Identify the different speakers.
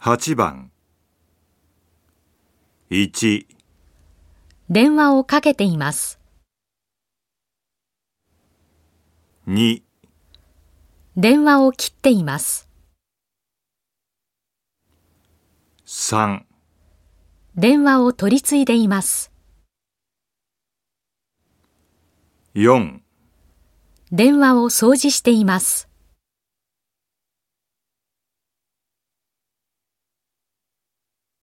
Speaker 1: 8番1
Speaker 2: 電話をかけています。
Speaker 1: 2
Speaker 2: 電話を切っています。
Speaker 1: 3
Speaker 2: 電話を取り次いでいます。
Speaker 1: 4
Speaker 2: 電話を掃除しています。